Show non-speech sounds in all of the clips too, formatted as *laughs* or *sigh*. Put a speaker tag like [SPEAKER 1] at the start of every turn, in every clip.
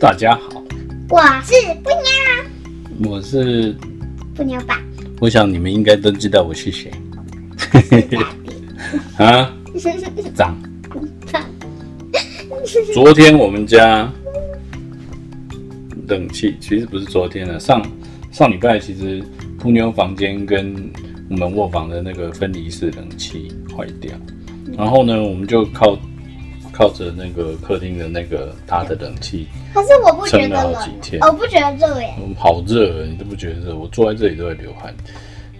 [SPEAKER 1] 大家好，
[SPEAKER 2] 我是不鸟
[SPEAKER 1] 我是，
[SPEAKER 2] 不鸟爸，
[SPEAKER 1] 我想你们应该都知道我是
[SPEAKER 2] *laughs*
[SPEAKER 1] 谁
[SPEAKER 2] 爸比，
[SPEAKER 1] 啊，长。昨天我们家冷气其实不是昨天了，上上礼拜其实布妞房间跟我们卧房的那个分离式冷气坏掉，然后呢，我们就靠靠着那个客厅的那个它的冷气，
[SPEAKER 2] *laughs* 可是我不觉得
[SPEAKER 1] 撑了好几
[SPEAKER 2] 冷
[SPEAKER 1] 天，
[SPEAKER 2] 我不觉得热耶，
[SPEAKER 1] 嗯好热，你都不觉得热？我坐在这里都在流汗。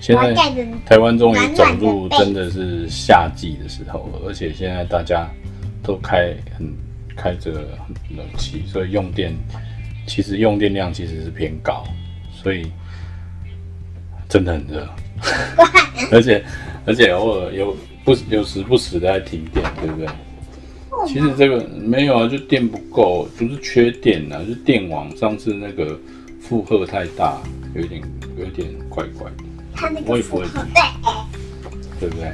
[SPEAKER 1] 现
[SPEAKER 2] 我
[SPEAKER 1] 在
[SPEAKER 2] 要盖着你。
[SPEAKER 1] 台湾终于走入
[SPEAKER 2] 暖暖的被
[SPEAKER 1] 真的是夏季的时候了，而且现在大家都开很开着冷气，所以用电其实用电量其实是偏高，所以真的很热，
[SPEAKER 2] 嗯
[SPEAKER 1] 而且而且偶尔有不有时不时的在停电，对不对？
[SPEAKER 2] 哦
[SPEAKER 1] 其实这个没有啊，就电不够，不是缺电啊，就是电网上次那个负荷太大，有一点有一点怪怪的。
[SPEAKER 2] 它那
[SPEAKER 1] 我
[SPEAKER 2] 个
[SPEAKER 1] 也不
[SPEAKER 2] 符
[SPEAKER 1] 会
[SPEAKER 2] 号，
[SPEAKER 1] 对
[SPEAKER 2] 对，
[SPEAKER 1] 不对？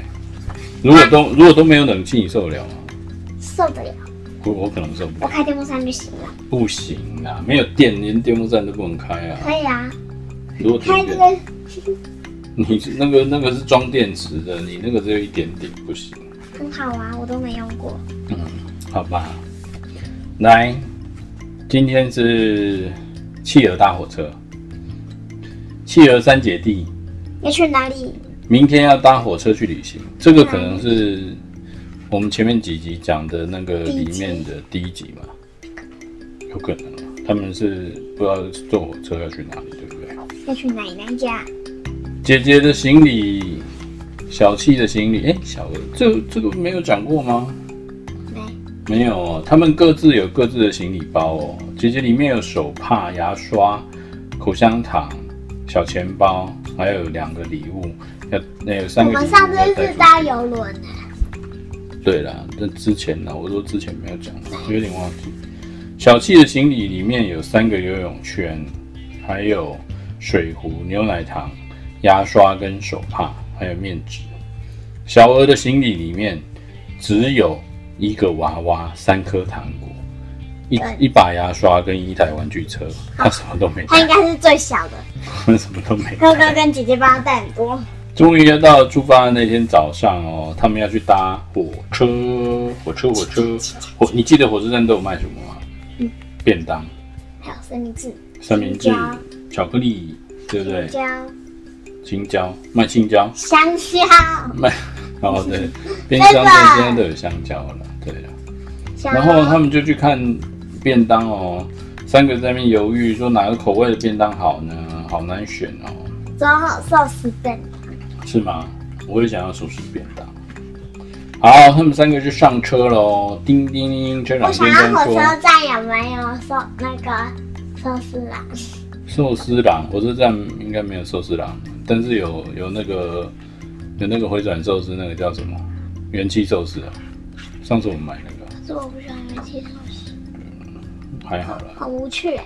[SPEAKER 1] 如果都如果都没有冷气，你受得了吗？
[SPEAKER 2] 受得了，
[SPEAKER 1] 我我可能受不
[SPEAKER 2] 我
[SPEAKER 1] 了，
[SPEAKER 2] 开电风扇就行了。
[SPEAKER 1] 不行啦，没有电连电风扇都不能开啊。
[SPEAKER 2] 可以啊，
[SPEAKER 1] 如果
[SPEAKER 2] 开
[SPEAKER 1] 停
[SPEAKER 2] 这
[SPEAKER 1] 电，
[SPEAKER 2] 个
[SPEAKER 1] 你那个那个是装电池的，你那个只有一点点，不行。
[SPEAKER 2] 很好啊，我都没用过。
[SPEAKER 1] 嗯，好吧。来，今天是企鹅大火车，企鹅三姐弟
[SPEAKER 2] 要去哪里？
[SPEAKER 1] 明天要搭火车去旅行，这个可能是我们前面几集讲的那个里面的第一集嘛，有可能啊。他们是不知道坐火车要去哪里，对不对？
[SPEAKER 2] 要去奶奶家？
[SPEAKER 1] 姐姐的行李，小七的行李，哎，小鹅，这这个没有讲过吗？
[SPEAKER 2] 来，
[SPEAKER 1] 没有哦，他们各自有各自的行李包哦。姐姐里面有手帕、牙刷、口香糖、小钱包，还有两个礼物，要那有三
[SPEAKER 2] 我
[SPEAKER 1] 个礼物
[SPEAKER 2] 们
[SPEAKER 1] 要
[SPEAKER 2] 上次
[SPEAKER 1] 带
[SPEAKER 2] 是
[SPEAKER 1] 出
[SPEAKER 2] 搭
[SPEAKER 1] 去
[SPEAKER 2] 游轮呢，
[SPEAKER 1] 对啦，那之前呢，我说之前没有讲，有点忘记。小气的行李里面有三个游泳圈，还有水壶、牛奶糖、牙刷跟手帕，还有面纸。小鹅的行李里面只有一个娃娃、三颗糖果、一
[SPEAKER 2] 对
[SPEAKER 1] 一把牙刷跟一台玩具车，他什么都没
[SPEAKER 2] 它应
[SPEAKER 1] 带，
[SPEAKER 2] 该是最小的。
[SPEAKER 1] 什么都没带。
[SPEAKER 2] 哥哥跟姐姐帮他带很多，
[SPEAKER 1] 终于要到出发的那天早上哦，他们要去搭火车，火车，火车，火，你记得火车站都有卖什么吗？
[SPEAKER 2] 嗯
[SPEAKER 1] 便当、
[SPEAKER 2] 还有三明治、
[SPEAKER 1] 三明治
[SPEAKER 2] 青椒、
[SPEAKER 1] 巧克力，对不对
[SPEAKER 2] 青？椒、
[SPEAKER 1] 青椒卖青椒，
[SPEAKER 2] 香蕉、
[SPEAKER 1] 卖哦对，便当店现在都有香蕉了，对了。
[SPEAKER 2] 香
[SPEAKER 1] 然后他们就去看便当哦，三个在那边犹豫说哪个口味的便当好呢？好难选哦，
[SPEAKER 2] 总好寿司店。
[SPEAKER 1] 是吗？我也想要寿司便当。好，他们三个就上车喽。叮叮叮，车长
[SPEAKER 2] 我
[SPEAKER 1] 先
[SPEAKER 2] 想要
[SPEAKER 1] 生
[SPEAKER 2] 火
[SPEAKER 1] 说
[SPEAKER 2] 车站有没有寿那个寿司啊？：“
[SPEAKER 1] 寿司郎，火车站应该没有寿司郎，但是有有那个有那个回转寿司，那个叫什么元气寿司啊？上次我们买那个
[SPEAKER 2] 可是我不喜欢元气寿司，
[SPEAKER 1] 还好啦。
[SPEAKER 2] 很无趣欸、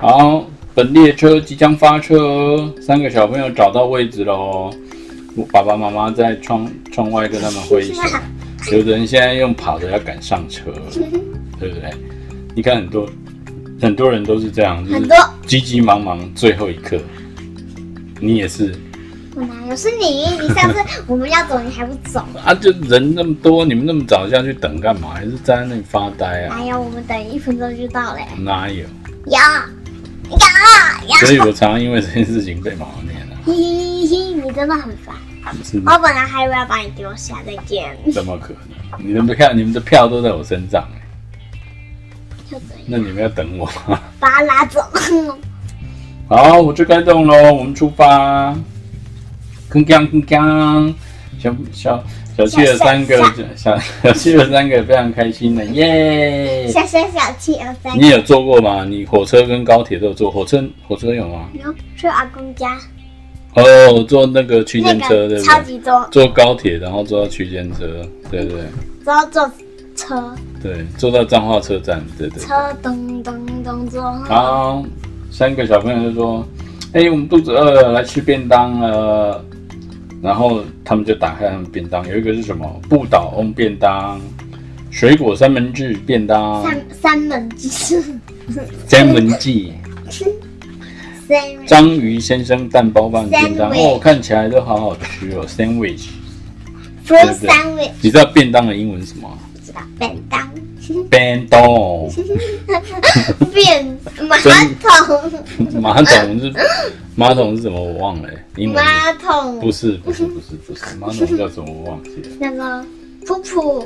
[SPEAKER 1] 好，本列车即将发车，哦三个小朋友找到位置喽。我爸爸妈妈在窗窗外跟他们挥手，有的人现在用跑的要赶上车，对不对？你看很多很多人都是这样，就
[SPEAKER 2] *laughs* 很
[SPEAKER 1] 是
[SPEAKER 2] 多。
[SPEAKER 1] 急急忙忙最后一刻。你也是
[SPEAKER 2] 我哪有是你？你上次我们要走，你还不走？
[SPEAKER 1] 啊，就人那么多，你们那么早下去等干嘛？还是站在那里发呆啊？
[SPEAKER 2] 哎呀，我们等一分钟就到了欸、
[SPEAKER 1] 哪有？
[SPEAKER 2] 有
[SPEAKER 1] 所
[SPEAKER 2] 有
[SPEAKER 1] 以我常常因为这件事情被毛念了、
[SPEAKER 2] 有，嘿嘿嘿，你真的很烦。
[SPEAKER 1] 是
[SPEAKER 2] 我本来还以为要把你丢下，再见。 *laughs*
[SPEAKER 1] 怎么可能？你的票，你们的票都在我身上、欸
[SPEAKER 2] 就这样，
[SPEAKER 1] 那你们要等我。
[SPEAKER 2] 把他拉走。嗯
[SPEAKER 1] 好，我就开动喽，我们出发。铿锵铿锵，小小小企鹅三个
[SPEAKER 2] 小，
[SPEAKER 1] 小小企鹅三个非常开心的耶。
[SPEAKER 2] *laughs* 小小小企鹅三
[SPEAKER 1] 你，有坐过吗？你火车跟高铁都有坐，火车火车有吗？
[SPEAKER 2] 然后去阿公家
[SPEAKER 1] 哦，坐那个区
[SPEAKER 2] 那
[SPEAKER 1] 间车对
[SPEAKER 2] 个
[SPEAKER 1] 不
[SPEAKER 2] 超
[SPEAKER 1] 对？
[SPEAKER 2] 级多，
[SPEAKER 1] 坐高铁，然后坐到区间车，对对
[SPEAKER 2] 然后坐车。
[SPEAKER 1] 对，坐到彰化车站，对对。
[SPEAKER 2] 车咚咚咚咚，
[SPEAKER 1] 好，三个小朋友就说：“哎、我们肚子饿了，来吃便当了。”然后他们就打开他们便当，有一个是什么不倒翁便当、水果三明治便当、
[SPEAKER 2] 三三门之
[SPEAKER 1] 三文记，
[SPEAKER 2] 三
[SPEAKER 1] 章鱼先生蛋包饭便当，
[SPEAKER 2] Sandwich
[SPEAKER 1] 哦，看起来都好好吃哦，sandwich。
[SPEAKER 2] fruit sandwich
[SPEAKER 1] 你知道便当的英文是什么
[SPEAKER 2] 不知道便当， *laughs*
[SPEAKER 1] ？bando，
[SPEAKER 2] 便马桶
[SPEAKER 1] 马桶是马桶是什么？我忘了、英文
[SPEAKER 2] 马
[SPEAKER 1] 是
[SPEAKER 2] 桶
[SPEAKER 1] 不是不是不是不是马桶叫什么？我忘记了。
[SPEAKER 2] 那个噗噗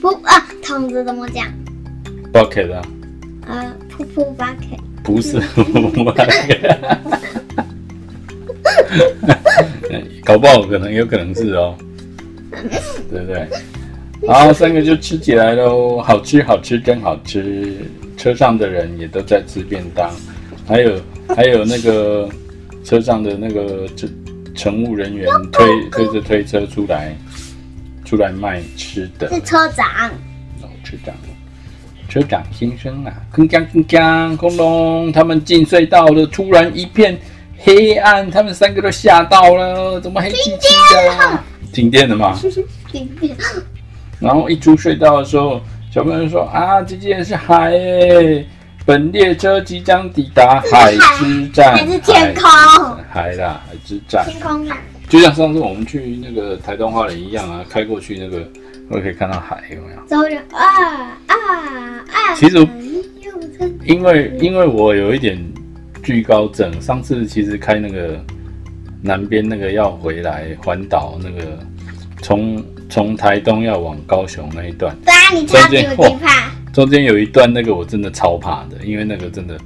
[SPEAKER 2] 噗啊，筒子怎么讲？
[SPEAKER 1] bucket 啊，
[SPEAKER 2] 呃，噗噗 bucket
[SPEAKER 1] 不是 bucket，搞不好可能有可能是哦，对不对？好，三个就吃起来喽，好吃好吃真好吃，车上的人也都在吃便当，还有还有那个车上的那个乘乘务人员推推着推车出来出来卖吃的，
[SPEAKER 2] 是车长，
[SPEAKER 1] 老车长，车长先生啊，铿锵铿锵，轰隆！他们进隧道了，突然一片黑暗，他们三个都吓到了，怎么黑漆漆的啊？停电了嘛？然后一出隧道的时候，小朋友说啊，这竟然是海耶！本列车即将抵达海之站，
[SPEAKER 2] 还是天空？
[SPEAKER 1] 海啦，海之站。
[SPEAKER 2] 天空啊，
[SPEAKER 1] 就像上次我们去那个台东花莲一样啊，开过去那个，我可以看到海，有没有？
[SPEAKER 2] 周人啊啊啊！
[SPEAKER 1] 其实
[SPEAKER 2] 又真
[SPEAKER 1] 因为因为我有一点惧高症，上次其实开那个南边那个要回来环岛那个，从从台东要往高雄那一段，
[SPEAKER 2] 对啊，你超级无敌怕，
[SPEAKER 1] 中间有一段那个我真的超怕的，因为那个真的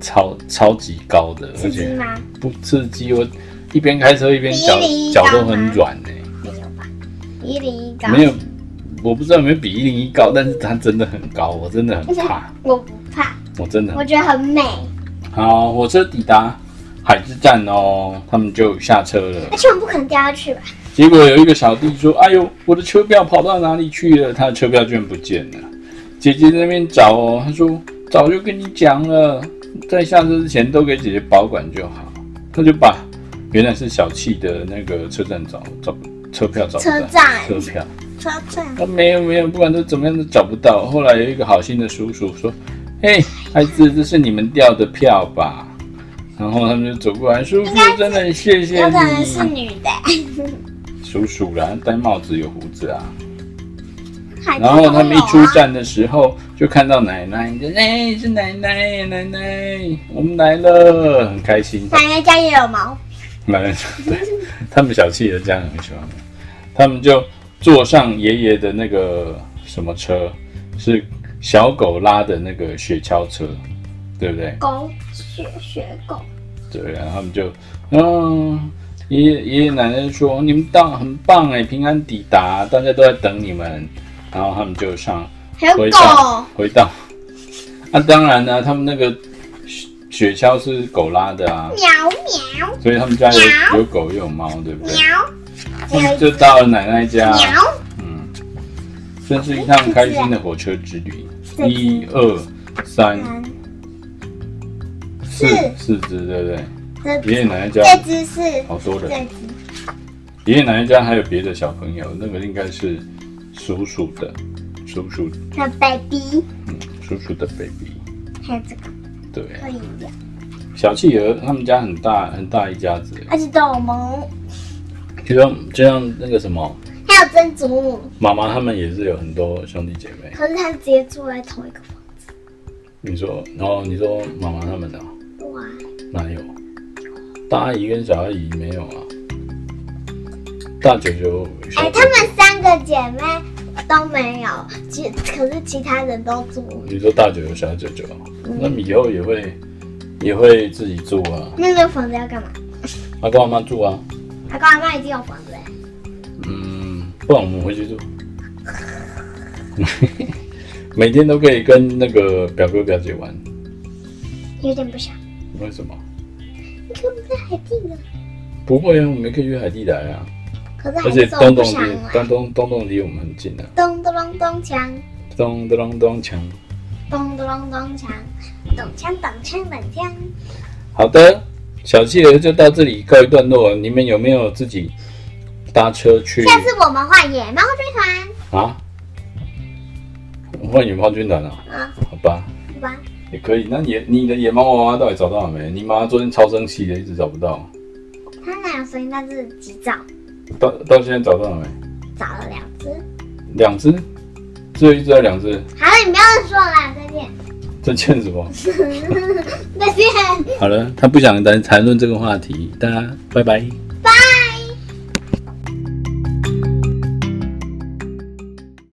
[SPEAKER 1] 超超级高的，而
[SPEAKER 2] 刺激
[SPEAKER 1] 且
[SPEAKER 2] 吗？
[SPEAKER 1] 不刺激，我一边开车一边脚
[SPEAKER 2] 比你
[SPEAKER 1] 脚都
[SPEAKER 2] 高吗
[SPEAKER 1] 很软哎、
[SPEAKER 2] 没有吧？一零一高，
[SPEAKER 1] 没有，我不知道有没有比一零一高，但是它真的很高，我真的很怕，
[SPEAKER 2] 我不怕，
[SPEAKER 1] 我真的很
[SPEAKER 2] 我觉得很美，
[SPEAKER 1] 好，火车抵达海之站哦，他们就下车了。
[SPEAKER 2] 而且我们不可能掉下去吧？
[SPEAKER 1] 结果有一个小弟说：“哎呦，我的车票跑到哪里去了？他的车票居然不见了。”姐姐在那边找哦，她说：“早就跟你讲了，在下车之前都给姐姐保管就好。”他就把原来是小气的那个车站找找车票找不到
[SPEAKER 2] 车站
[SPEAKER 1] 车票，
[SPEAKER 2] 车站，
[SPEAKER 1] 他啊没有没有，不管是怎么样都找不到。后来有一个好心的叔叔说：“哎、孩子，这是你们掉的票吧？”然后他们就走过来，叔叔真的很谢谢
[SPEAKER 2] 有可能是
[SPEAKER 1] 你。
[SPEAKER 2] 女的，
[SPEAKER 1] 叔叔啦，戴帽子有胡子啊。
[SPEAKER 2] 海之
[SPEAKER 1] 然后他们一
[SPEAKER 2] 中
[SPEAKER 1] 出
[SPEAKER 2] 有啊
[SPEAKER 1] 站的时候，就看到奶奶，就哎、是奶奶奶奶，我们来了，很开心。
[SPEAKER 2] 奶奶家也有毛，
[SPEAKER 1] 买了，对，他们小气的家长很喜欢，他们就坐上爷爷的那个什么车，是小狗拉的那个雪橇车，对不对？
[SPEAKER 2] 狗雪雪狗，
[SPEAKER 1] 对，然后他们就，嗯，爷爷爷爷奶奶说哦你们到很棒哎，平安抵达，大家都在等你们，然后他们就上
[SPEAKER 2] 还有
[SPEAKER 1] 回
[SPEAKER 2] 狗
[SPEAKER 1] 到，回到，那、当然呢、他们那个雪雪橇是狗拉的啊，
[SPEAKER 2] 喵喵
[SPEAKER 1] 所以他们家有有狗又有猫，对不对？
[SPEAKER 2] 喵，
[SPEAKER 1] 他
[SPEAKER 2] 还有
[SPEAKER 1] 们
[SPEAKER 2] 一
[SPEAKER 1] 就到了奶奶家，
[SPEAKER 2] 喵，
[SPEAKER 1] 嗯，真是一趟开心的火车之旅。
[SPEAKER 2] 这只
[SPEAKER 1] 一二三
[SPEAKER 2] 嗯
[SPEAKER 1] 四
[SPEAKER 2] 四
[SPEAKER 1] 四只，对不
[SPEAKER 2] 这
[SPEAKER 1] 对？爷爷奶奶家
[SPEAKER 2] 这只是
[SPEAKER 1] 好多
[SPEAKER 2] 这
[SPEAKER 1] 人，
[SPEAKER 2] 只，
[SPEAKER 1] 爷爷奶奶家还有别的小朋友，那个应该是叔叔的，叔叔，
[SPEAKER 2] 那 baby，
[SPEAKER 1] 嗯，叔叔的 baby，
[SPEAKER 2] 还有这个
[SPEAKER 1] 对，
[SPEAKER 2] 不一样，
[SPEAKER 1] 小企鹅，他们家很大很大一家子，
[SPEAKER 2] 而且都有毛，
[SPEAKER 1] 就像就像那个什么，
[SPEAKER 2] 还有曾祖母，
[SPEAKER 1] 妈妈他们也是有很多兄弟姐妹。
[SPEAKER 2] 可是他直接住在同一个房，
[SPEAKER 1] 你说，然后你说妈妈他们的、
[SPEAKER 2] 哇，
[SPEAKER 1] 哪有？大阿姨跟小阿姨没有啊。大舅舅、小
[SPEAKER 2] 哎，
[SPEAKER 1] 舅
[SPEAKER 2] 她
[SPEAKER 1] 舅，
[SPEAKER 2] 们三个姐妹都没有，其可是其他嗯人都住。
[SPEAKER 1] 你说大舅舅、小舅舅，那么以后也会也会自己住啊，
[SPEAKER 2] 那那个房子要干嘛？
[SPEAKER 1] 阿公阿妈住啊，
[SPEAKER 2] 阿公阿妈已经有房子了，欸
[SPEAKER 1] 嗯，不然我们回去住。 *laughs* 每天都可以跟那个表哥表姐玩，
[SPEAKER 2] 有点不想。
[SPEAKER 1] 为什么？
[SPEAKER 2] 你可不在海地了，
[SPEAKER 1] 不会啊，我们也可以约海地来啊，
[SPEAKER 2] 可是
[SPEAKER 1] 而
[SPEAKER 2] 还
[SPEAKER 1] 且
[SPEAKER 2] 是我
[SPEAKER 1] 东
[SPEAKER 2] 不啊
[SPEAKER 1] 东
[SPEAKER 2] 想
[SPEAKER 1] 离
[SPEAKER 2] 玩。
[SPEAKER 1] 东东东东离我们很近啊，
[SPEAKER 2] 咚咚咚咚锵，
[SPEAKER 1] 咚咚咚咚锵。
[SPEAKER 2] 咚咚咚咚锵，咚锵咚锵咚锵。
[SPEAKER 1] 好的，小企鹅就到这里告一段落。你们有没有自己搭车去
[SPEAKER 2] 下次我们换野猫军团，
[SPEAKER 1] 啊？玩野猫军团啊？
[SPEAKER 2] 啊，
[SPEAKER 1] 好吧，
[SPEAKER 2] 好吧，
[SPEAKER 1] 也可以。那你你的野猫娃娃到底找到了没？你妈昨天超生气的，一直找不到，
[SPEAKER 2] 它那两声音那是急躁，
[SPEAKER 1] 到到现在找到了没？
[SPEAKER 2] 找了两只。
[SPEAKER 1] 两只，只有一只还是啊两只？
[SPEAKER 2] 好了，你不要再说了啦，再见。
[SPEAKER 1] 这欠什么？
[SPEAKER 2] 再见。
[SPEAKER 1] 好了，他不想谈谈论这个话题，大家拜拜。